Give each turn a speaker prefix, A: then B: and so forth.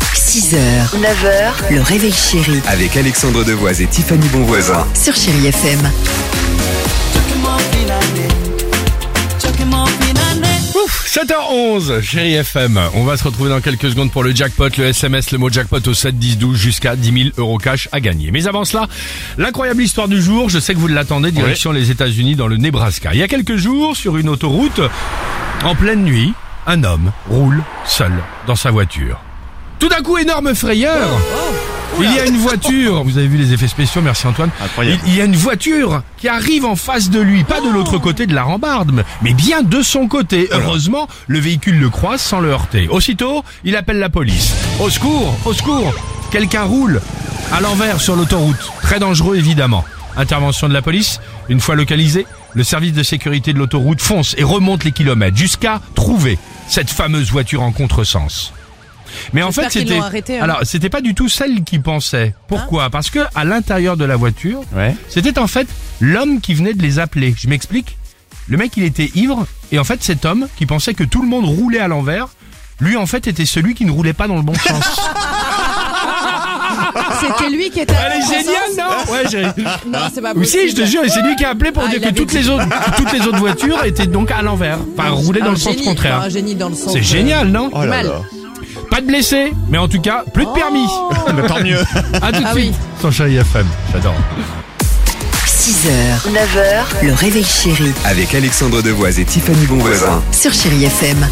A: 6h, 9h, le réveil chéri
B: Avec Alexandre Devoise et Tiffany Bonvoisin.
A: sur Chéri FM.
C: Ouf, 7h11, chérie FM. On va se retrouver dans quelques secondes pour le jackpot, le SMS, le mot jackpot au 7, 10, 12 jusqu'à 10 000 euros cash à gagner. Mais avant cela, l'incroyable histoire du jour, je sais que vous l'attendez, direction les États-Unis dans le Nebraska. Il y a quelques jours, sur une autoroute, en pleine nuit, un homme roule seul dans sa voiture. Tout d'un coup, énorme frayeur. Il y a une voiture, vous avez vu les effets spéciaux, merci Antoine.
D: Incroyable.
C: Il, il y a une voiture qui arrive en face de lui, pas de l'autre côté de la rambarde, mais- mais bien de son côté. Heureusement, le véhicule le croise sans le heurter. Aussitôt, il appelle la police. Au secours, au secours, quelqu'un roule à l'envers sur l'autoroute. Très dangereux évidemment. Intervention de la police, une fois localisé, le service de sécurité de l'autoroute fonce et remonte les kilomètres jusqu'à trouver cette fameuse voiture en contresens. Mais en fait,
E: J'espère qu'ils
C: c'était
E: l'ont arrêté, hein.
C: alors c'était pas du tout celle qui pensait. Pourquoi Parce que à l'intérieur de la voiture,
D: Ouais.
C: c'était en fait l'homme qui venait de les appeler. Je m'explique. Le mec, il était ivre et en fait, cet homme qui pensait que tout le monde roulait à l'envers, lui en fait était celui qui ne roulait pas dans le bon sens.
E: C'était lui qui était. à
C: Elle est
E: contresens
C: géniale, non Ouais, j'ai-
E: Non, c'est pas
C: Ou
E: possible.
C: si, je te jure, et c'est lui qui a appelé pour
E: Ah,
C: dire
E: il
C: que
E: avait
C: toutes
E: dit. Ah,
C: les autres toutes les autres voitures étaient donc à l'envers, enfin roulaient dans
E: Un
C: le sens
E: génie, Ah, enfin,
C: contraire.
E: Un génie dans le sens.
C: C'est génial, non
D: Oh là
E: Mal.
D: là.
C: Pas de blessés, mais en tout cas, plus de permis.
E: Oh.
D: Tant mieux.
C: À tout de
E: Ah oui.
C: suite. Sans chéri FM, j'adore.
A: 6h, 9h, le réveil chéri
B: Avec Alexandre Devoise et Tiffany Bonvoisin.
A: sur Chéri FM.